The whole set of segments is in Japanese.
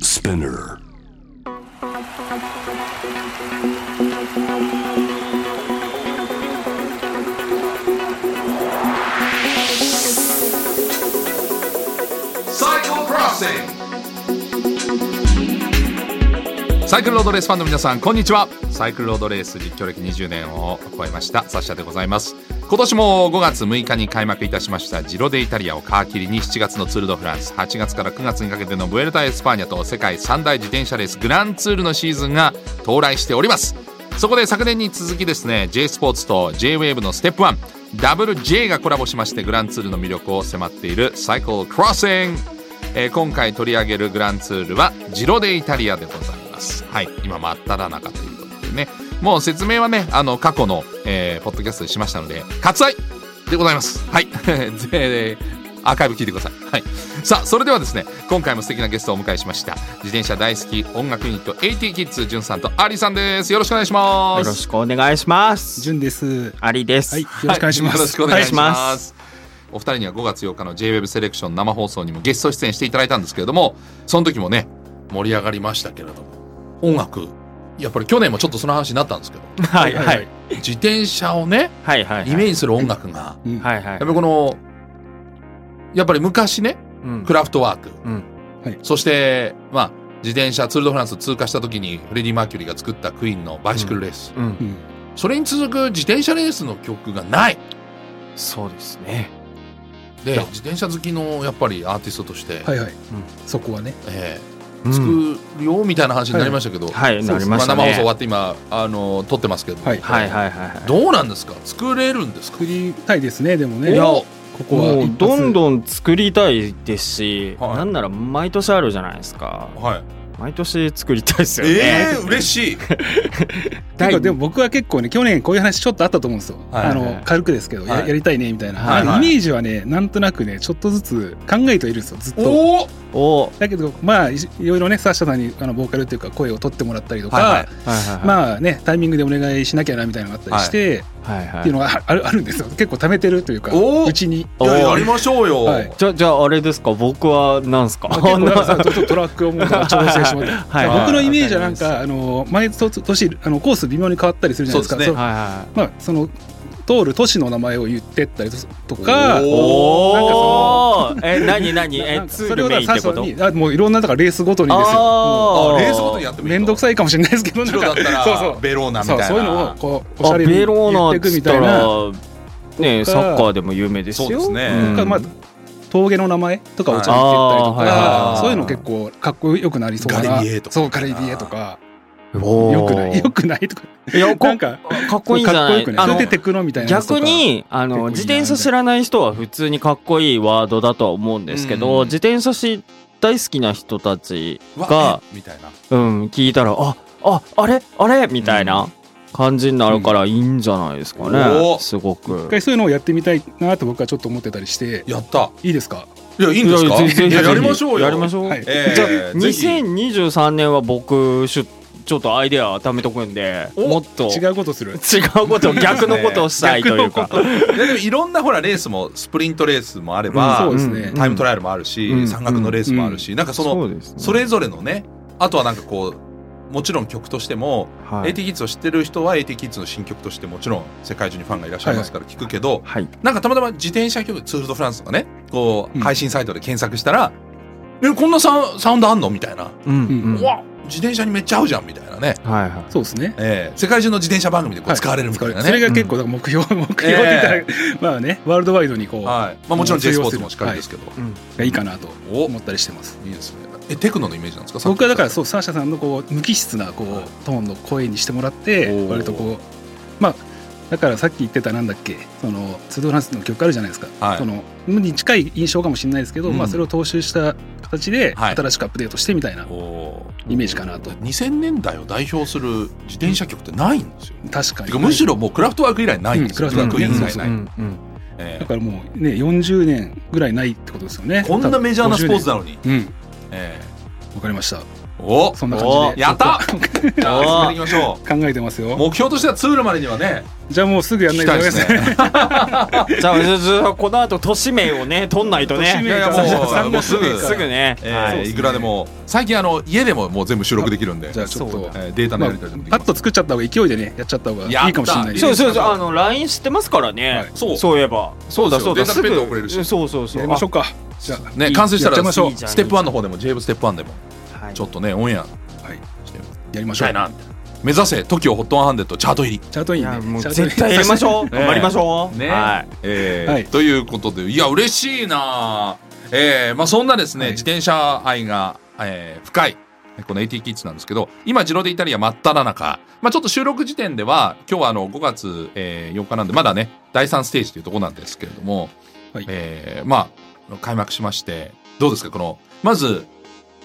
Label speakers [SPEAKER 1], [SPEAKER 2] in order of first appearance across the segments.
[SPEAKER 1] Spinner.
[SPEAKER 2] サイクルロードレースファンの皆さんこんにちはサイクルロードレース実況歴20年を超えましたサッシャでございます今年も5月6日に開幕いたしましたジロデイタリアを皮切りに7月のツール・ド・フランス8月から9月にかけてのブエルタ・エスパーニャと世界三大自転車レースグランツールのシーズンが到来しておりますそこで昨年に続きですね J スポーツと JWAVE のステップ1 WJ がコラボしましてグランツールの魅力を迫っているサイクルクロッシングえー今回取り上げるグランツールはジロデイタリアでございます。はい、今真っ只中ということでね、もう説明はね、あの過去の、えーポッドキャストでしましたので、割愛でございます。はい、 でアーカイブ聞いてください。はい、さあそれではですね、今回も素敵なゲストをお迎えしました。自転車大好き音楽ユニット AT キッズじゅんさんとアリさんです。よろしくお願いしま
[SPEAKER 3] よ
[SPEAKER 2] す。
[SPEAKER 3] ろしくお願いします。
[SPEAKER 4] 順です。
[SPEAKER 3] ありです。
[SPEAKER 4] はい、よろしくお願いします。
[SPEAKER 2] よろしくお願いし
[SPEAKER 3] お願いし
[SPEAKER 2] ま。
[SPEAKER 3] ます
[SPEAKER 2] お二人には5月8日の JWEB セレクション生放送にもゲスト出演していただいたんですけれども、その時もね、盛り上がりましたけれども、音楽、やっぱり去年もちょっとその話になったんですけど、
[SPEAKER 3] はいはい
[SPEAKER 2] 自転車をね、
[SPEAKER 3] はいはい。
[SPEAKER 2] イメージする音楽が、
[SPEAKER 4] うん
[SPEAKER 3] はいはい
[SPEAKER 2] やっぱ。りこの、やっぱり昔ね、
[SPEAKER 3] うん
[SPEAKER 2] クラフトワーク、
[SPEAKER 3] うん
[SPEAKER 4] はい
[SPEAKER 2] そして、まあ、自転車ツール・ド・フランス通過した時にフレディ・マーキュリーが作ったクイーンのバイシクルレース、
[SPEAKER 3] うん
[SPEAKER 4] うん
[SPEAKER 2] それに続く自転車レースの曲がない
[SPEAKER 3] そうですね。
[SPEAKER 2] で
[SPEAKER 4] いや
[SPEAKER 2] 自転車好きのやっぱりアーティストとして、
[SPEAKER 4] はいはい、そこはね。
[SPEAKER 2] え
[SPEAKER 3] う
[SPEAKER 2] ー
[SPEAKER 3] ん
[SPEAKER 2] 作るよみたいな話になりましたけど、
[SPEAKER 3] はいなり
[SPEAKER 2] ま
[SPEAKER 3] ま
[SPEAKER 2] あ、
[SPEAKER 3] した
[SPEAKER 2] 生
[SPEAKER 3] ね。
[SPEAKER 2] 放送終わって今あの撮ってますけど、
[SPEAKER 4] はい
[SPEAKER 3] はいはいはいは
[SPEAKER 2] どうなんですか作れるんですか
[SPEAKER 4] 作りたいですね、でも
[SPEAKER 3] い。
[SPEAKER 4] ね。
[SPEAKER 3] いや
[SPEAKER 4] ここは
[SPEAKER 3] もう
[SPEAKER 4] 一発
[SPEAKER 3] どんどん作りたいですし、
[SPEAKER 2] はい
[SPEAKER 3] なんなら毎年あるじゃないですか。
[SPEAKER 2] はい、
[SPEAKER 3] 毎年作りたいですよね。
[SPEAKER 2] ええー、嬉し い、
[SPEAKER 4] ていうかでも僕は結構ね去年こういう話ちょっとあったと思うんですよ、
[SPEAKER 2] はい
[SPEAKER 4] あの軽くですけど、や
[SPEAKER 2] はい
[SPEAKER 4] やりたいねみたいな、
[SPEAKER 3] はい
[SPEAKER 4] あのイメージはねなんとなくねちょっとずつ考えてはいるんですよずっと
[SPEAKER 2] おお、
[SPEAKER 3] お、
[SPEAKER 4] だけどまあいいろいろねサッシャさんにあのボーカルっていうか声を取ってもらったりとか、
[SPEAKER 2] はい
[SPEAKER 3] はいはいはい。
[SPEAKER 4] まあねタイミングでお願いしなきゃなみたいなのがあったりして、
[SPEAKER 3] はいは
[SPEAKER 4] っ
[SPEAKER 3] い
[SPEAKER 4] ていうのがああるあ るんですよ結構貯めてるというか
[SPEAKER 2] おー
[SPEAKER 4] うちに
[SPEAKER 2] いややり
[SPEAKER 3] お
[SPEAKER 2] ましょうよ、
[SPEAKER 4] はい
[SPEAKER 3] じゃじゃああれですか。僕はなんですか。
[SPEAKER 4] まあ結構なんか
[SPEAKER 3] あ
[SPEAKER 4] さちょっとトラックをもう調整してもらって
[SPEAKER 3] はい
[SPEAKER 4] 僕のイメージはなん
[SPEAKER 3] わ
[SPEAKER 4] かあの毎年あのコース微妙に変わったりするじゃないですか
[SPEAKER 2] そうですね
[SPEAKER 4] そ
[SPEAKER 3] な
[SPEAKER 4] う
[SPEAKER 3] はいは
[SPEAKER 4] まあ、その通る都市の名前を言ってったりとか
[SPEAKER 3] い。
[SPEAKER 2] お
[SPEAKER 3] おお。え何何
[SPEAKER 4] な
[SPEAKER 3] え
[SPEAKER 4] なんか
[SPEAKER 3] ツ
[SPEAKER 4] そ
[SPEAKER 3] ー
[SPEAKER 4] れを
[SPEAKER 3] ル
[SPEAKER 4] だ
[SPEAKER 3] メイン
[SPEAKER 4] か
[SPEAKER 3] っ
[SPEAKER 4] ら
[SPEAKER 3] て
[SPEAKER 4] 最
[SPEAKER 3] こ
[SPEAKER 4] 初
[SPEAKER 3] と。
[SPEAKER 4] にあもういろんなだからレースごとにですよ。
[SPEAKER 2] あ
[SPEAKER 3] あ
[SPEAKER 2] レースごとにやってもいい
[SPEAKER 4] 面倒くさいかもしれないですけど
[SPEAKER 2] 白だ
[SPEAKER 4] なん
[SPEAKER 2] っ
[SPEAKER 4] か
[SPEAKER 2] たら
[SPEAKER 4] そうそう
[SPEAKER 2] ベローナみた
[SPEAKER 4] そ
[SPEAKER 2] いな
[SPEAKER 4] うそういうのをこうおし
[SPEAKER 3] あ
[SPEAKER 4] ゃれに
[SPEAKER 3] ベロー
[SPEAKER 4] 言っ
[SPEAKER 3] ナ
[SPEAKER 4] て
[SPEAKER 3] っ
[SPEAKER 4] いく
[SPEAKER 3] つ
[SPEAKER 4] み
[SPEAKER 3] った
[SPEAKER 4] い
[SPEAKER 3] た
[SPEAKER 4] な
[SPEAKER 3] らね
[SPEAKER 4] とか
[SPEAKER 3] サッカーでも有名ですよ
[SPEAKER 2] そうですね
[SPEAKER 3] ん
[SPEAKER 4] とかまあ峠の名前とかお茶に言ってったりと
[SPEAKER 2] はいあー
[SPEAKER 4] かそういうの結構かっこよくなりそうな
[SPEAKER 2] ガレビエとか
[SPEAKER 4] そうガレビエとか
[SPEAKER 3] おー
[SPEAKER 4] よくないよくないとか
[SPEAKER 3] いやこ
[SPEAKER 4] なんか
[SPEAKER 3] かっこいいんじゃ
[SPEAKER 4] かっこ
[SPEAKER 3] な
[SPEAKER 4] よ
[SPEAKER 3] い
[SPEAKER 4] くね
[SPEAKER 3] あ
[SPEAKER 4] そ
[SPEAKER 3] の
[SPEAKER 4] れでテクノみたいなやつとか
[SPEAKER 3] 逆にあの
[SPEAKER 4] 結構いいな
[SPEAKER 3] 自転車知らない人は普通にかっこいいワードだとは思うんですけ
[SPEAKER 2] う
[SPEAKER 3] ど
[SPEAKER 2] ん
[SPEAKER 3] 自転車し大好きな人たち
[SPEAKER 2] わ
[SPEAKER 3] が、
[SPEAKER 2] えみたいな
[SPEAKER 3] うん、聞いたらあああれあれみたいな感じになるからいいんじゃないですか
[SPEAKER 2] お
[SPEAKER 3] ねすご
[SPEAKER 4] 一
[SPEAKER 3] く。
[SPEAKER 4] 回そういうのをやってみたいなと僕はちょっと思ってたりして
[SPEAKER 2] やった
[SPEAKER 4] いいですか
[SPEAKER 2] いやいいんですか
[SPEAKER 3] いやぜひぜひ
[SPEAKER 2] いややりましょうよ
[SPEAKER 3] やりましょう。
[SPEAKER 4] はい
[SPEAKER 2] えー
[SPEAKER 3] じゃあ
[SPEAKER 2] ぜひ
[SPEAKER 3] 2023年は僕しゅちょっとアイデア貯めとくんで
[SPEAKER 2] お
[SPEAKER 3] もっと
[SPEAKER 4] 違うことする
[SPEAKER 3] 違うこと逆のことをしたいというか
[SPEAKER 2] 逆のこといやでもいろんなほらレースもスプリントレースもあれば、
[SPEAKER 4] うんそうですね
[SPEAKER 2] タイムトライアルもあるし、
[SPEAKER 3] うん
[SPEAKER 2] 山岳のレースもあるし、なんかその
[SPEAKER 3] うですね
[SPEAKER 2] それぞれのねあとはなんかこうもちろん曲としても、
[SPEAKER 3] はい
[SPEAKER 2] AT キッズを知ってる人は AT キッズの新曲としてもちろん世界中にファンがいらっしゃいますから聞くけど、
[SPEAKER 3] はい
[SPEAKER 2] なんかたまたま自転車曲ツール・ド・フランスとかねこう
[SPEAKER 4] うん
[SPEAKER 2] 配信サイトで検索したら、えこんなサウサウンドあんのみたいな、
[SPEAKER 3] うん
[SPEAKER 4] うん
[SPEAKER 2] うわ自転車にめっちゃ合うじゃんみたいなね、
[SPEAKER 3] はいは
[SPEAKER 4] そうですね
[SPEAKER 2] えー世界中の自転車番組でこう使われるみ
[SPEAKER 4] そ
[SPEAKER 2] たい
[SPEAKER 4] れ
[SPEAKER 2] なね、
[SPEAKER 4] が結構だから目標、目標って言ったら、まあねワールドワイドにこう、
[SPEAKER 2] はいまあ、もちろん J スポーツもしっかりですけど、
[SPEAKER 3] い、うん
[SPEAKER 4] がいいかなと
[SPEAKER 2] お
[SPEAKER 4] 思ったりしてます
[SPEAKER 2] いいですねえテクノのイメージなんですか
[SPEAKER 4] 僕はだから
[SPEAKER 2] さっ
[SPEAKER 4] そうサーシャさんのこう無機質なこうトーンの声にしてもらって
[SPEAKER 2] おー
[SPEAKER 4] 割とこうまあだからさっき言ってたなんだっけそのツードフランスの曲あるじゃないですか、
[SPEAKER 2] はい
[SPEAKER 4] そのに近い印象かもしれないですけど、
[SPEAKER 2] うん
[SPEAKER 4] まあ、それを踏襲した形で
[SPEAKER 2] はい
[SPEAKER 4] 新しくアップデートしてみたいな
[SPEAKER 2] きお
[SPEAKER 4] イメージかなと、
[SPEAKER 2] 2000年代を代表する自転車曲ってないんですよ、
[SPEAKER 4] 確か
[SPEAKER 2] て
[SPEAKER 4] に
[SPEAKER 2] かむしろもうクラフトワーク以来ないんですよ、
[SPEAKER 4] うんクラフト
[SPEAKER 2] ク
[SPEAKER 4] ワ
[SPEAKER 2] イ
[SPEAKER 4] ー
[SPEAKER 2] ーン以
[SPEAKER 4] クね
[SPEAKER 2] 来
[SPEAKER 4] そう
[SPEAKER 2] ない、
[SPEAKER 4] そう
[SPEAKER 3] うんうん
[SPEAKER 2] え
[SPEAKER 4] だ
[SPEAKER 2] え
[SPEAKER 4] からもうね40年ぐらいないってことですよね
[SPEAKER 2] こんなメジャーなスポーツなのに、
[SPEAKER 4] 多分50年
[SPEAKER 2] ええ
[SPEAKER 4] うんわかりました
[SPEAKER 2] お
[SPEAKER 4] そんな感じで
[SPEAKER 2] や ったじゃあ進めていきましょ
[SPEAKER 4] 考えてます
[SPEAKER 2] う
[SPEAKER 4] よ
[SPEAKER 2] 目標としてはツールまでにはね
[SPEAKER 4] じゃあもうすぐやん
[SPEAKER 2] 聞
[SPEAKER 4] ない
[SPEAKER 2] きた
[SPEAKER 4] とダ
[SPEAKER 2] い
[SPEAKER 4] メ
[SPEAKER 2] で
[SPEAKER 4] ですす
[SPEAKER 2] ね
[SPEAKER 4] ね
[SPEAKER 3] じゃあずずこの後都市名をね取んないと
[SPEAKER 4] 都市
[SPEAKER 2] い
[SPEAKER 3] ね
[SPEAKER 4] 名
[SPEAKER 2] やいやもうもうすぐ
[SPEAKER 3] すぐね、
[SPEAKER 2] え
[SPEAKER 3] は
[SPEAKER 2] ー
[SPEAKER 3] い
[SPEAKER 2] いくらでも最近あの家でももう全部収録できるんで
[SPEAKER 4] じゃあちょっ
[SPEAKER 3] そう
[SPEAKER 4] と
[SPEAKER 2] えーデータの
[SPEAKER 4] ま
[SPEAKER 2] や
[SPEAKER 4] あ
[SPEAKER 2] り取りでもでき
[SPEAKER 4] パ
[SPEAKER 2] ます
[SPEAKER 4] ッと作っちゃった方が勢いでねやっちゃった方がいいかもしれない
[SPEAKER 2] やった
[SPEAKER 3] そうそうそう
[SPEAKER 2] いいですか
[SPEAKER 3] あの LINE 知ってますからね、
[SPEAKER 4] はい
[SPEAKER 2] そう
[SPEAKER 3] そういえばそうだそうだ
[SPEAKER 2] そうですよデータペンで送れるし
[SPEAKER 3] すぐそうそうそう
[SPEAKER 4] やりましょうかじゃあ
[SPEAKER 2] ね完成した
[SPEAKER 4] やっちゃ
[SPEAKER 2] ら
[SPEAKER 4] いましょう
[SPEAKER 2] スステップ1の方でも JV ステップ1でも
[SPEAKER 3] あはい
[SPEAKER 2] ちょっとねオンエア
[SPEAKER 4] はい
[SPEAKER 2] してみ
[SPEAKER 4] やりましょ
[SPEAKER 2] た
[SPEAKER 4] う
[SPEAKER 2] いなみたいな目指せ TOKIOHOT100 チャート入り
[SPEAKER 4] チャートイ
[SPEAKER 3] い
[SPEAKER 4] ン
[SPEAKER 3] やも
[SPEAKER 4] ね
[SPEAKER 3] う
[SPEAKER 4] チャートイン
[SPEAKER 3] 絶対やりましょう
[SPEAKER 2] ね
[SPEAKER 3] 頑張りましょう、
[SPEAKER 2] ね
[SPEAKER 3] はい
[SPEAKER 2] えー
[SPEAKER 4] はい
[SPEAKER 2] ということでいや嬉しいなえーまあそんなですね、
[SPEAKER 4] はい
[SPEAKER 2] 自転車愛が、えー深いこの AT キッズなんですけど今ジロでイタリア真っ只中、まあ、ちょっと収録時点では今日はあの5月、えー8日なんでまだね第3ステージというところなんですけれども、
[SPEAKER 4] はい
[SPEAKER 2] えーまあ開幕しましてどうですかこのまず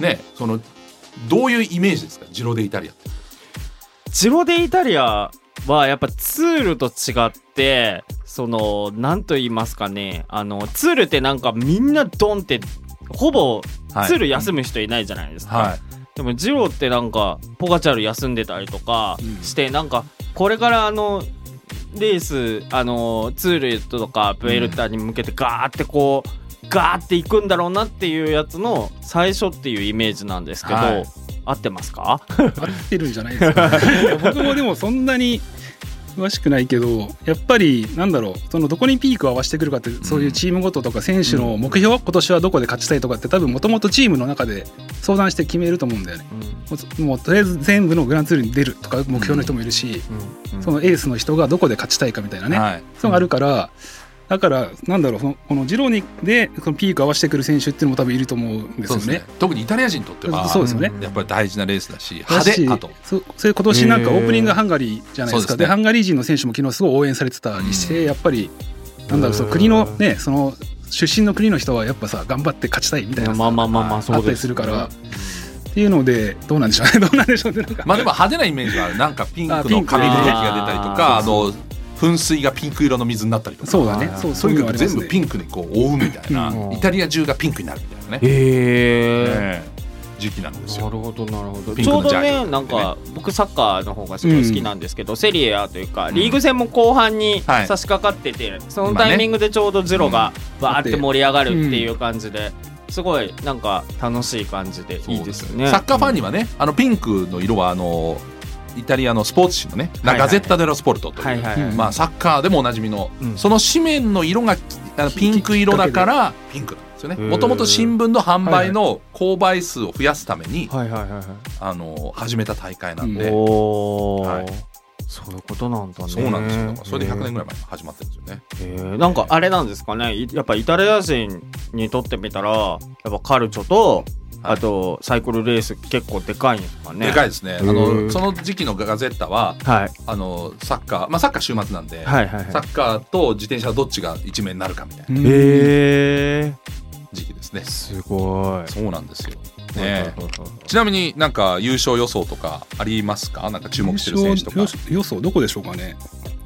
[SPEAKER 2] ねそのどういうイメージですかジロでイタリアって
[SPEAKER 3] ジロデイタリアはやっぱツールと違ってその何と言いますかねあのツールってなんかみんなドンってほぼ
[SPEAKER 2] はい
[SPEAKER 3] ツール休む人いないじゃないですか、
[SPEAKER 2] はい
[SPEAKER 3] でもジローってなんかポガチャル休んでたりとか
[SPEAKER 4] うん
[SPEAKER 3] して、なんかこれからあのレースあのツールとかプエルタに向けてガーってこう、ガーっていくんだろうなっていうやつの最初っていうイメージなんですけど、
[SPEAKER 2] はい
[SPEAKER 3] 合ってますか
[SPEAKER 4] 合ってるんじゃないですか、 ね、いや僕もでもそんなに詳しくないけどやっぱりなんだろうそのどこにピークを合わせてくるかってそういうチームごととか選手の目標、今年はどこで勝ちたいとかって多分もともとチームの中で相談して決めると思うんだよねもうもうとりあえず全部のグランツールに出るとか目標の人もいるし、そのエースの人がどこで勝ちたいかみたいなね、
[SPEAKER 2] はい
[SPEAKER 4] そういうのがあるから、だからなんだろうそのこのジローニでそのピークを合わせてくる選手っていうのも多分いると思うんで
[SPEAKER 2] そ
[SPEAKER 4] す
[SPEAKER 2] うで
[SPEAKER 4] よ
[SPEAKER 2] す
[SPEAKER 4] ね
[SPEAKER 2] ね。特にイタリア人にとっては
[SPEAKER 4] そうですよね
[SPEAKER 2] やっぱり大事なレースだし
[SPEAKER 4] だ
[SPEAKER 2] 派
[SPEAKER 4] し
[SPEAKER 2] 手あと
[SPEAKER 4] そそれ今年なんか
[SPEAKER 3] へ
[SPEAKER 4] オ
[SPEAKER 3] ー
[SPEAKER 4] ープニングがハンガリーじゃないです
[SPEAKER 2] そ
[SPEAKER 4] か
[SPEAKER 2] うですね
[SPEAKER 4] で,、ハンガリー人の選手も昨日すごい応援されてたりして、やっぱりなんだろうその国のねその出身の国の人はやっぱさ頑張って勝ちたいみたいなさ
[SPEAKER 3] まあまあまあまあ
[SPEAKER 4] あ
[SPEAKER 3] そう
[SPEAKER 4] った
[SPEAKER 3] で
[SPEAKER 4] りす
[SPEAKER 3] す
[SPEAKER 4] るからっていうのでどうなんでしょうね どうなんでしょうねなんか
[SPEAKER 2] まあでも派手なイメージがあるなんかピンク
[SPEAKER 4] あピ
[SPEAKER 2] の
[SPEAKER 4] ンク
[SPEAKER 2] 紙
[SPEAKER 4] ね
[SPEAKER 2] 吹雪が出たりとかあ
[SPEAKER 3] あー
[SPEAKER 2] の噴水がピンク色の水になったりとか
[SPEAKER 4] そうだね
[SPEAKER 3] あー
[SPEAKER 4] そうそ
[SPEAKER 2] と
[SPEAKER 4] うい
[SPEAKER 2] に
[SPEAKER 4] うの
[SPEAKER 2] か
[SPEAKER 4] が
[SPEAKER 2] く全
[SPEAKER 4] あります
[SPEAKER 2] 部
[SPEAKER 4] ね
[SPEAKER 2] ピンクにこう覆うみたいな、
[SPEAKER 3] うん
[SPEAKER 2] イタリア中がピンクになるみたいなね、
[SPEAKER 3] へえ
[SPEAKER 2] ええ時期なんです
[SPEAKER 3] な
[SPEAKER 2] よ
[SPEAKER 3] るほどなるほど
[SPEAKER 2] ピン
[SPEAKER 3] ち
[SPEAKER 2] ク
[SPEAKER 3] ょう
[SPEAKER 2] のジャ
[SPEAKER 3] ど
[SPEAKER 2] ージ
[SPEAKER 3] ねなんか僕サッカーの方がすごい好きなんですけど、セリエ A というかリーグ戦も後半に
[SPEAKER 2] はい
[SPEAKER 3] 差し掛かってて、そのタイミングでちょうどゼロがバーって盛り上がるっていう感じで、すごいなんか楽しい感じでいいですよね
[SPEAKER 2] サッカーファンにはね、あのピンクの色はあのイタリアのスポーツ紙のね、
[SPEAKER 3] はいはい
[SPEAKER 2] ガゼッタ・デロ・スポルトという、
[SPEAKER 3] はいはいはい、
[SPEAKER 4] うん
[SPEAKER 2] まあ、サッカーでもおなじみの、
[SPEAKER 3] うん
[SPEAKER 2] その紙面の色があのピンク色だからピンクなんですよね
[SPEAKER 3] へー
[SPEAKER 2] もともと新聞の販売の購買数を増やすために、
[SPEAKER 3] はいはいはいはい
[SPEAKER 2] あの始めた大会なんで、
[SPEAKER 4] ね
[SPEAKER 3] おお、
[SPEAKER 2] はい
[SPEAKER 3] そういうことなんだね
[SPEAKER 2] そうなんですよだからそれで100年ぐらい前に始まってるんですよね、
[SPEAKER 3] えーなんかあれなんですかねいやっぱイタリア人にとってみたらやっぱカルチョと
[SPEAKER 2] はい
[SPEAKER 3] あとサイクルレース結構でかいんですかね
[SPEAKER 2] でか
[SPEAKER 3] い
[SPEAKER 2] いですねあ
[SPEAKER 3] ー
[SPEAKER 2] のその時期のガゼッタは
[SPEAKER 3] はい
[SPEAKER 2] あのサッカーまあサッカー週末なんで、
[SPEAKER 3] はいはいはい
[SPEAKER 2] サッカーと自転車どっちが一面になるかみたいな
[SPEAKER 4] うん
[SPEAKER 3] え
[SPEAKER 2] 時期ですね
[SPEAKER 3] ー、すごい
[SPEAKER 2] そうなんですよ
[SPEAKER 3] ね
[SPEAKER 2] ねちなみになんか優勝予想とかありますかなんか注目してる選手とか
[SPEAKER 4] 優勝予想どこでしょうかね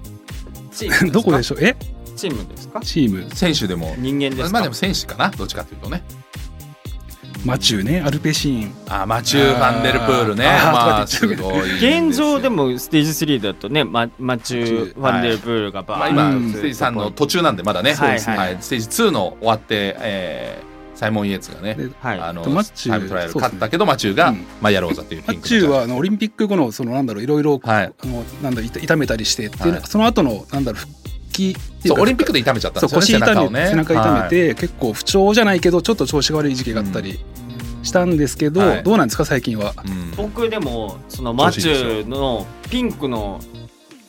[SPEAKER 3] チーム
[SPEAKER 4] どこで
[SPEAKER 3] し
[SPEAKER 4] しょうえ
[SPEAKER 3] ょチームですか
[SPEAKER 4] チーム
[SPEAKER 2] 選手でも
[SPEAKER 3] 人間ですか
[SPEAKER 2] まあでも選手かなどっちかというとね
[SPEAKER 4] マチューねアルペシーン
[SPEAKER 2] あマチュー・ファンデルプールね
[SPEAKER 4] あー
[SPEAKER 2] まあ
[SPEAKER 4] ち
[SPEAKER 2] す
[SPEAKER 4] ょっと待って
[SPEAKER 2] ごい
[SPEAKER 3] 現状で
[SPEAKER 2] も
[SPEAKER 3] もステージ3だとねママチ
[SPEAKER 4] マチ
[SPEAKER 3] ュー・
[SPEAKER 4] ュー
[SPEAKER 3] ファンデルプールがバ
[SPEAKER 2] まあ
[SPEAKER 3] ーン、
[SPEAKER 2] 今
[SPEAKER 4] うん
[SPEAKER 2] ステージ3の途中なんでまだね
[SPEAKER 3] そうですね
[SPEAKER 2] はいステージ2の終わってえーサイモン・イエーツがね
[SPEAKER 4] で
[SPEAKER 3] はい
[SPEAKER 2] あの
[SPEAKER 4] マチュー
[SPEAKER 2] タイムトライアル
[SPEAKER 4] そうです
[SPEAKER 2] 勝
[SPEAKER 4] ね
[SPEAKER 2] ったけどマチューが
[SPEAKER 4] うん
[SPEAKER 2] マイア・ローザっていうピ
[SPEAKER 4] マ
[SPEAKER 2] ンクの
[SPEAKER 4] チューはあのオリンピック後のそのなんだろういろいろ
[SPEAKER 2] はい
[SPEAKER 4] あのなんだ痛痛めたりしてっていうの、
[SPEAKER 2] はい
[SPEAKER 4] その後のなんだろう復帰っていう
[SPEAKER 2] そう
[SPEAKER 4] か
[SPEAKER 2] オリンピックで痛めちゃったん
[SPEAKER 4] そ
[SPEAKER 2] で
[SPEAKER 4] う
[SPEAKER 2] すよね
[SPEAKER 4] 腰
[SPEAKER 2] 背中
[SPEAKER 4] 痛め
[SPEAKER 2] をね
[SPEAKER 4] 背中痛めて、結構不調じゃないけどちょっと調子が悪い時期があったりしたんですけど、
[SPEAKER 2] はい
[SPEAKER 4] どうなんですか最近は。
[SPEAKER 2] はいうん
[SPEAKER 3] 僕でもそのマチューのピンクの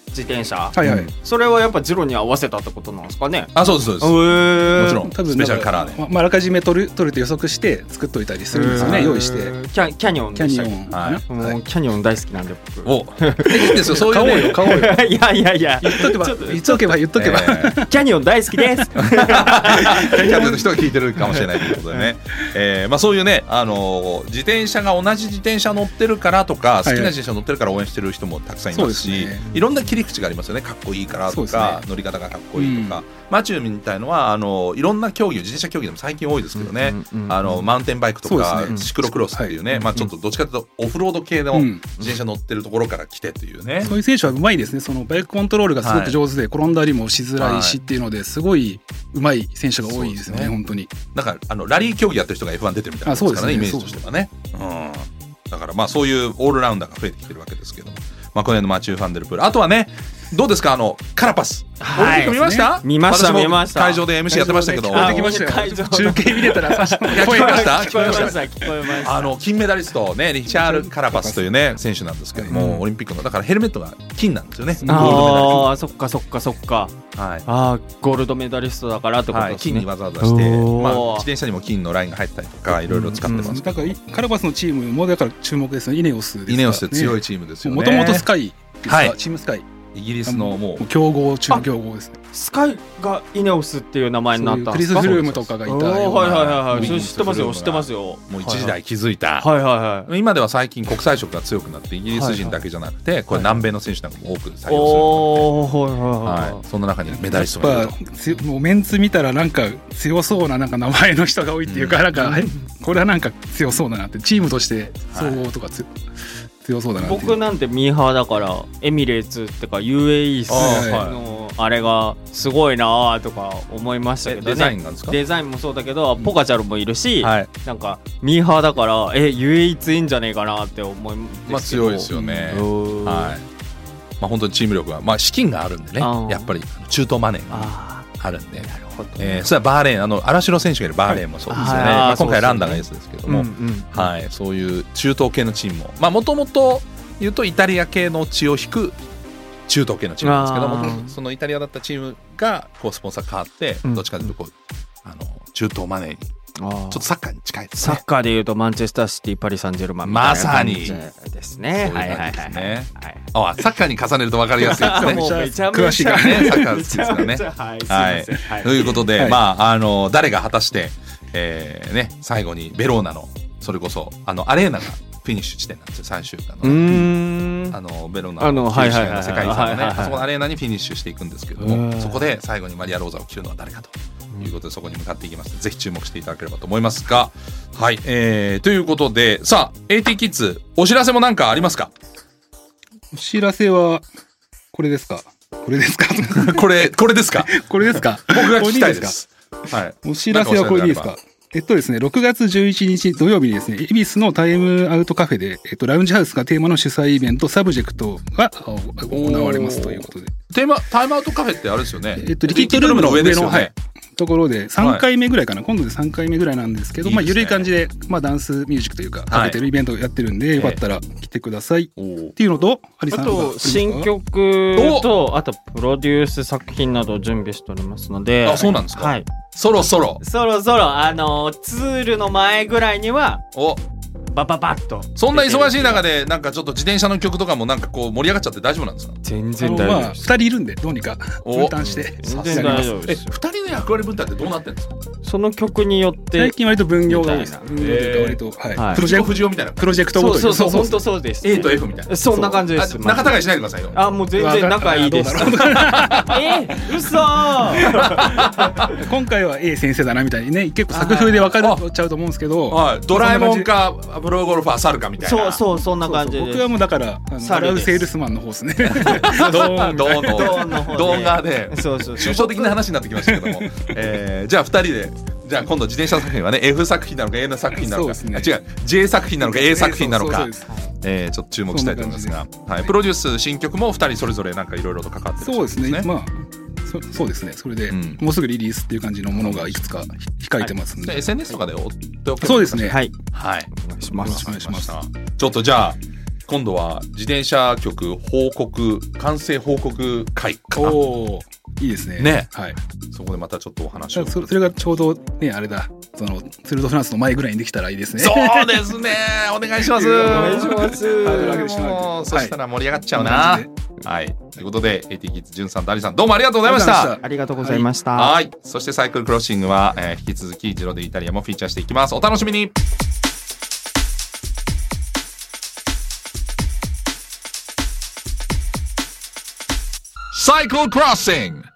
[SPEAKER 3] 自転車
[SPEAKER 4] はいはい、
[SPEAKER 2] うん
[SPEAKER 3] それはやっぱジロに合わせたってことなんですかね
[SPEAKER 2] あそうですそうです
[SPEAKER 3] え
[SPEAKER 2] もちろん
[SPEAKER 4] 多分
[SPEAKER 2] スペシャルカラーで
[SPEAKER 4] ままああらかじめ取る取ると予測して作っといたりするんですよね、
[SPEAKER 2] へー
[SPEAKER 4] 用意して
[SPEAKER 3] キャキャニオン
[SPEAKER 4] キャ
[SPEAKER 3] でし
[SPEAKER 4] ニ
[SPEAKER 3] た
[SPEAKER 4] オ
[SPEAKER 3] っけ
[SPEAKER 4] ンか
[SPEAKER 3] も
[SPEAKER 4] な、
[SPEAKER 3] う
[SPEAKER 4] はい
[SPEAKER 3] キャニオン大好きなんで僕
[SPEAKER 2] おいいんですよそういう
[SPEAKER 4] 買おう
[SPEAKER 2] ね
[SPEAKER 4] よ 買おうよ
[SPEAKER 3] いやいやいや
[SPEAKER 4] 言っとけば
[SPEAKER 3] ちょっと
[SPEAKER 4] 言っとけば言っとけば、
[SPEAKER 2] えー
[SPEAKER 3] キャニオン大好き です
[SPEAKER 2] キャンプの人が聞いてるかもしれないということでね、えーまあ、そういうね、あのー自転車が同じ自転車乗ってるからとか好
[SPEAKER 4] い
[SPEAKER 2] き
[SPEAKER 4] はい
[SPEAKER 2] な自転車乗ってるから応援してる人もたくさんい
[SPEAKER 4] そ
[SPEAKER 2] ま
[SPEAKER 4] う
[SPEAKER 2] す
[SPEAKER 4] です
[SPEAKER 2] し、い
[SPEAKER 4] ね
[SPEAKER 2] ろんな切り口がありますよねかっこいいから
[SPEAKER 4] そう
[SPEAKER 2] と
[SPEAKER 4] です
[SPEAKER 2] か、
[SPEAKER 4] ね
[SPEAKER 2] 乗り方がかっこいいとか、マチューみたいのはあのいろんな競技自転車競技でも最近多いですけどね、
[SPEAKER 3] うんうんうん
[SPEAKER 2] あのマウンテンバイクと
[SPEAKER 4] そう
[SPEAKER 2] か、
[SPEAKER 4] ですね
[SPEAKER 2] シクロクロスっていうね、
[SPEAKER 4] はい
[SPEAKER 2] まあ、ちょっとどっちかというとオフロード系の
[SPEAKER 4] う
[SPEAKER 2] 自
[SPEAKER 4] ん
[SPEAKER 2] 転車乗ってるところから来てというね、
[SPEAKER 4] そういう選手はうまいですねそのバイクコントロールがすご
[SPEAKER 2] はい
[SPEAKER 4] く上手で、転んだりもしづらいし
[SPEAKER 2] は
[SPEAKER 4] っていうのですごいうまい選手が多いです
[SPEAKER 2] そう
[SPEAKER 4] よ
[SPEAKER 2] です
[SPEAKER 4] ね
[SPEAKER 2] ね
[SPEAKER 4] 本当に
[SPEAKER 2] なんかあのラリー競技やってる人が F1 出てるみたいな
[SPEAKER 4] あそう
[SPEAKER 2] で
[SPEAKER 4] ですす
[SPEAKER 2] からね
[SPEAKER 4] ね
[SPEAKER 2] イメージとしてはね、うん、だからまあそういうオールラウンダーが増えてきてるわけですけども、まあ、この辺のマチュー・ファンデルプールあとはねどうですかあのカラパス、
[SPEAKER 3] はい
[SPEAKER 2] オリンピック見ました
[SPEAKER 3] 見ました
[SPEAKER 2] 私も
[SPEAKER 3] 見ました
[SPEAKER 2] 会場で MC やってましたけど
[SPEAKER 4] 会場
[SPEAKER 2] あ
[SPEAKER 4] で聞こえてきました
[SPEAKER 3] あ本当に
[SPEAKER 4] よ
[SPEAKER 3] 会場
[SPEAKER 4] 中継見れたらさ
[SPEAKER 2] いや聞こえ ました
[SPEAKER 3] 聞こえました聞こえました
[SPEAKER 2] の金メダリストねリチャール・カラパスというね選手なんですけども、オリンピックのだからヘルメットが金なんですよねゴールドメダ
[SPEAKER 3] ああそっかそっかそっか
[SPEAKER 2] ルはい
[SPEAKER 3] ああゴールドメダリストだからってこと
[SPEAKER 2] は
[SPEAKER 3] で
[SPEAKER 2] い、
[SPEAKER 3] す
[SPEAKER 2] 金
[SPEAKER 3] ね、
[SPEAKER 2] にわざわざして、
[SPEAKER 3] おー
[SPEAKER 2] まあ、自転車にも金のラインが入ったりとかいろいろ使ってますけ
[SPEAKER 4] だ
[SPEAKER 2] ど、
[SPEAKER 4] からカラバスのチームもだから注目ですねイネオスですから
[SPEAKER 2] イネオスって強い
[SPEAKER 4] ね
[SPEAKER 2] チームですよね
[SPEAKER 4] もともとスカイですか、
[SPEAKER 2] はい
[SPEAKER 4] チームスカイ
[SPEAKER 2] イギリスのもう
[SPEAKER 4] もう強豪中の強豪ですね
[SPEAKER 3] スカイがイネオスっていう名前にな
[SPEAKER 4] そう
[SPEAKER 3] っ
[SPEAKER 4] いう
[SPEAKER 3] たん
[SPEAKER 4] ク
[SPEAKER 3] で
[SPEAKER 4] リ
[SPEAKER 3] す
[SPEAKER 4] ス・
[SPEAKER 3] か
[SPEAKER 4] フルームとかがいたような
[SPEAKER 3] おーはいはいはいは
[SPEAKER 2] ウィー
[SPEAKER 3] い
[SPEAKER 2] ン
[SPEAKER 3] それ知ってますよ
[SPEAKER 2] ス
[SPEAKER 3] 知っ
[SPEAKER 2] フル
[SPEAKER 3] て
[SPEAKER 2] ームが
[SPEAKER 3] ますよ
[SPEAKER 2] もう一時代気づいた、
[SPEAKER 3] はいはいはい
[SPEAKER 2] 今では最近国際色が強くなってイギリス人だけじゃなくて、これ
[SPEAKER 3] はいはい
[SPEAKER 2] 南米の選手なんかも多く採用
[SPEAKER 3] おおはいは
[SPEAKER 2] する、
[SPEAKER 3] い
[SPEAKER 2] は、
[SPEAKER 3] はい
[SPEAKER 2] そんな中にメダリストがい
[SPEAKER 4] や
[SPEAKER 2] る
[SPEAKER 4] っ
[SPEAKER 2] と
[SPEAKER 4] ぱつもうメンツ見たらなんか強そうななんか名前の人が多いっていうか、
[SPEAKER 2] うん
[SPEAKER 4] なんかはいこれはなんか強そうだなってチームとして総合とかつ、強そうだなっていう
[SPEAKER 3] 僕なんてミーハーだからエミレーツってか UAE っす
[SPEAKER 2] あ
[SPEAKER 4] ーはい
[SPEAKER 3] のあれがすごいなあとか思いました
[SPEAKER 2] え
[SPEAKER 3] けどね
[SPEAKER 2] デザインなんですか
[SPEAKER 3] デザインもそうだけどポカチャルもいるし、
[SPEAKER 2] はい
[SPEAKER 3] なんかミーハーだからえ UAE 強いんじゃねえかなって思い
[SPEAKER 2] まあ
[SPEAKER 3] ますけど
[SPEAKER 2] 強いですよね、
[SPEAKER 3] うん
[SPEAKER 2] はいまあ、本当にチーム力が、まあ、資金があるんでね
[SPEAKER 3] あー
[SPEAKER 2] やっぱり中東マネーが
[SPEAKER 3] あ
[SPEAKER 2] あるんで
[SPEAKER 3] あなるほど、
[SPEAKER 2] えー、それはバーレーンあの荒城選手がいるバーレーンもそうですよね、
[SPEAKER 3] はい
[SPEAKER 2] ま
[SPEAKER 3] あ
[SPEAKER 2] あ、今回
[SPEAKER 3] ーそうですね
[SPEAKER 2] ランダーがエースですけど
[SPEAKER 3] うん
[SPEAKER 2] も、
[SPEAKER 3] うん
[SPEAKER 2] はい、そういう中東系のチームもまあもともと言うとイタリア系の血を引く中東系のチームなんですけど
[SPEAKER 3] あー
[SPEAKER 2] 元々そのイタリアだったチームがこうスポンサー変わって
[SPEAKER 3] うん
[SPEAKER 2] どっちかというとこう、あの中東マネーにちょ
[SPEAKER 3] あー
[SPEAKER 2] っとサッカーに近いです
[SPEAKER 3] サ
[SPEAKER 2] ね
[SPEAKER 3] ッ。カーでいうとマンチェスターシティパリ・サンジェルマンみたいな感じ
[SPEAKER 2] ま
[SPEAKER 3] ですね
[SPEAKER 2] そう
[SPEAKER 3] はいいうはい
[SPEAKER 2] 感
[SPEAKER 3] はい
[SPEAKER 2] じです
[SPEAKER 3] は
[SPEAKER 2] ね
[SPEAKER 3] い
[SPEAKER 2] あサッカーに重ねると分かりやすいです
[SPEAKER 3] はい
[SPEAKER 2] ね。
[SPEAKER 3] もうめちゃめちゃ
[SPEAKER 4] 詳しいから
[SPEAKER 2] ねサッカー好きですからね
[SPEAKER 3] めちゃめちゃはいすい
[SPEAKER 2] はい
[SPEAKER 3] ませんはい
[SPEAKER 2] ということで、
[SPEAKER 4] はい
[SPEAKER 2] まああの誰が果たして、えーね、最後にベローナのそれこそあのアレーナがフィニッシュ地点なんですよ最終回の
[SPEAKER 3] う。ーん
[SPEAKER 2] あのベロナ
[SPEAKER 3] あの
[SPEAKER 2] のフィニッシュの
[SPEAKER 3] はいはいはい
[SPEAKER 2] 世界遺産のね
[SPEAKER 3] はいはいはい
[SPEAKER 2] あそこのアレーナにフィニッシュしていくんですけど
[SPEAKER 3] う
[SPEAKER 2] も
[SPEAKER 3] ん
[SPEAKER 2] そこで最後にマリア・ローザを切るのは誰かということでそこに向かっていきますぜひ注目していただければと思いますがはい、えー、ということでさあ AT キッズお知らせも何かありますか
[SPEAKER 4] お知らせはこれですかこれですか
[SPEAKER 2] これこれですか
[SPEAKER 4] これですか
[SPEAKER 2] 僕が聞きたい
[SPEAKER 4] これ
[SPEAKER 2] で
[SPEAKER 4] です
[SPEAKER 2] はい
[SPEAKER 4] お知らせはこれでいいですかえっとですね、6月11日土曜日にですね、恵比寿のタイムアウトカフェで、えっと、ラウンジハウスがテーマの主催イベント、サブジェクトがあ行われますということで。
[SPEAKER 2] テーマタイムアウトカフェってあれですよね
[SPEAKER 4] えっと、リキッドルームの上
[SPEAKER 2] リキッ
[SPEAKER 4] です
[SPEAKER 2] ドルームの上
[SPEAKER 4] はい、ところで3回目ぐらいかな、今度で3回目ぐらいなんですけど
[SPEAKER 2] いいですね
[SPEAKER 4] まあ、緩い感じで、まあ、ダンスミュージックというか
[SPEAKER 2] い
[SPEAKER 4] かけてるイベントをやってるんで、よかったら来てくださいっ
[SPEAKER 2] おー
[SPEAKER 4] ていうのとあり
[SPEAKER 3] あ
[SPEAKER 4] さんが来るの
[SPEAKER 3] と
[SPEAKER 4] か
[SPEAKER 3] 新曲とあとプロデュース作品などを準備しておりますので
[SPEAKER 2] あそうなんですか
[SPEAKER 3] はい
[SPEAKER 2] そろそろ
[SPEAKER 3] そろそろあのツールの前ぐらいには
[SPEAKER 2] お
[SPEAKER 3] バババッと
[SPEAKER 2] そんな忙しい中でなんかちょっと自転車の曲とかもなんかこう盛り上がっちゃって大丈夫なんですか
[SPEAKER 3] 全
[SPEAKER 4] あ
[SPEAKER 3] 然
[SPEAKER 4] の
[SPEAKER 3] 大
[SPEAKER 4] ま
[SPEAKER 3] 丈夫で
[SPEAKER 4] あ、2
[SPEAKER 3] す
[SPEAKER 4] 人いるんでどうにか
[SPEAKER 2] お
[SPEAKER 4] 分担して
[SPEAKER 3] 全
[SPEAKER 4] や
[SPEAKER 3] 然
[SPEAKER 4] りま
[SPEAKER 3] 大
[SPEAKER 4] す
[SPEAKER 3] 丈夫
[SPEAKER 2] え
[SPEAKER 3] です
[SPEAKER 2] 2
[SPEAKER 3] よ
[SPEAKER 2] 人の役割分担ってどうなってんですか
[SPEAKER 3] その曲によって
[SPEAKER 4] 最近割と分業が多いです
[SPEAKER 3] みたい
[SPEAKER 4] 分業というか割と、はい
[SPEAKER 3] はい
[SPEAKER 4] プロ
[SPEAKER 2] 藤
[SPEAKER 4] ジェ
[SPEAKER 2] 子
[SPEAKER 4] ク
[SPEAKER 2] 不
[SPEAKER 4] ト
[SPEAKER 2] 二雄みたいな
[SPEAKER 4] プロジェクトご
[SPEAKER 3] そ
[SPEAKER 4] と
[SPEAKER 3] う
[SPEAKER 4] に
[SPEAKER 3] そうそう
[SPEAKER 4] そう
[SPEAKER 3] 本当そうです
[SPEAKER 2] A と F みたいな
[SPEAKER 3] そんな感じで
[SPEAKER 2] あ
[SPEAKER 3] す
[SPEAKER 2] 仲違いしないでくださいよ
[SPEAKER 3] あもう全然仲いいです
[SPEAKER 4] わかる
[SPEAKER 3] え嘘
[SPEAKER 4] 今回は A 先生だなみたいにね結構作風で分かっちゃうと思うんですけど
[SPEAKER 2] はい、ドラえもんかプロゴルファー猿かみたい
[SPEAKER 3] そ
[SPEAKER 2] な
[SPEAKER 3] うそうそんな感じで
[SPEAKER 4] 僕はもうだからあの
[SPEAKER 3] 猿
[SPEAKER 4] 笑う
[SPEAKER 3] です
[SPEAKER 4] セールスマンの方ですね
[SPEAKER 2] ドーンドーン
[SPEAKER 3] ドーンの方で
[SPEAKER 2] ドーン側 で
[SPEAKER 3] そうそうそ
[SPEAKER 2] 抽
[SPEAKER 3] う
[SPEAKER 2] 象的な話になってきましたけども、えーじゃあ2人でじゃあ今度自転車作品はね F 作品なのか A の作品なのか、
[SPEAKER 4] そうで
[SPEAKER 2] あ
[SPEAKER 4] すね
[SPEAKER 2] 違う J 作品なのか A 作品なの
[SPEAKER 4] そ
[SPEAKER 2] か
[SPEAKER 4] うそうそうです
[SPEAKER 2] えーちょっと注目したいと思いますがはい、プロデュース新曲も2人それぞれなんかいろいろとかかってる
[SPEAKER 4] そうですね。
[SPEAKER 2] ま
[SPEAKER 4] まあそそうですね。それで、
[SPEAKER 2] うん
[SPEAKER 4] もうすぐリリースっていう感じのものがいくつか控えてますんで。
[SPEAKER 2] SNS とかで追っておけば
[SPEAKER 4] そうですね。
[SPEAKER 3] はい
[SPEAKER 2] はい
[SPEAKER 3] お願いしま
[SPEAKER 4] よろし
[SPEAKER 3] す
[SPEAKER 4] くお願いします。
[SPEAKER 2] ちょっとじゃあ今度は自転車曲報告完成報告会かな
[SPEAKER 4] おお、いいですね。
[SPEAKER 2] ね
[SPEAKER 4] はい。
[SPEAKER 2] そこでまたちょっとお話
[SPEAKER 4] そ
[SPEAKER 2] を
[SPEAKER 4] れそれがちょうどねあれだ。そのツールドフランスの前ぐらいにできたらいいですね。
[SPEAKER 2] そうですね。お願いします。
[SPEAKER 4] お願いしますハードル上げてしまう
[SPEAKER 2] もうそしたら盛り上がっちゃうな。
[SPEAKER 4] は
[SPEAKER 2] はいい。ということで、エティキッズ、ジュンさん、ダリさん、どうもありがとうございました。
[SPEAKER 4] ありがとうございまし
[SPEAKER 3] ありがとうございました、
[SPEAKER 2] はい。そしてサイクルクロッシングは、えー引き続き、ジロでイタリアもフィーチャーしていきます。お楽しみにサイクルクロッシング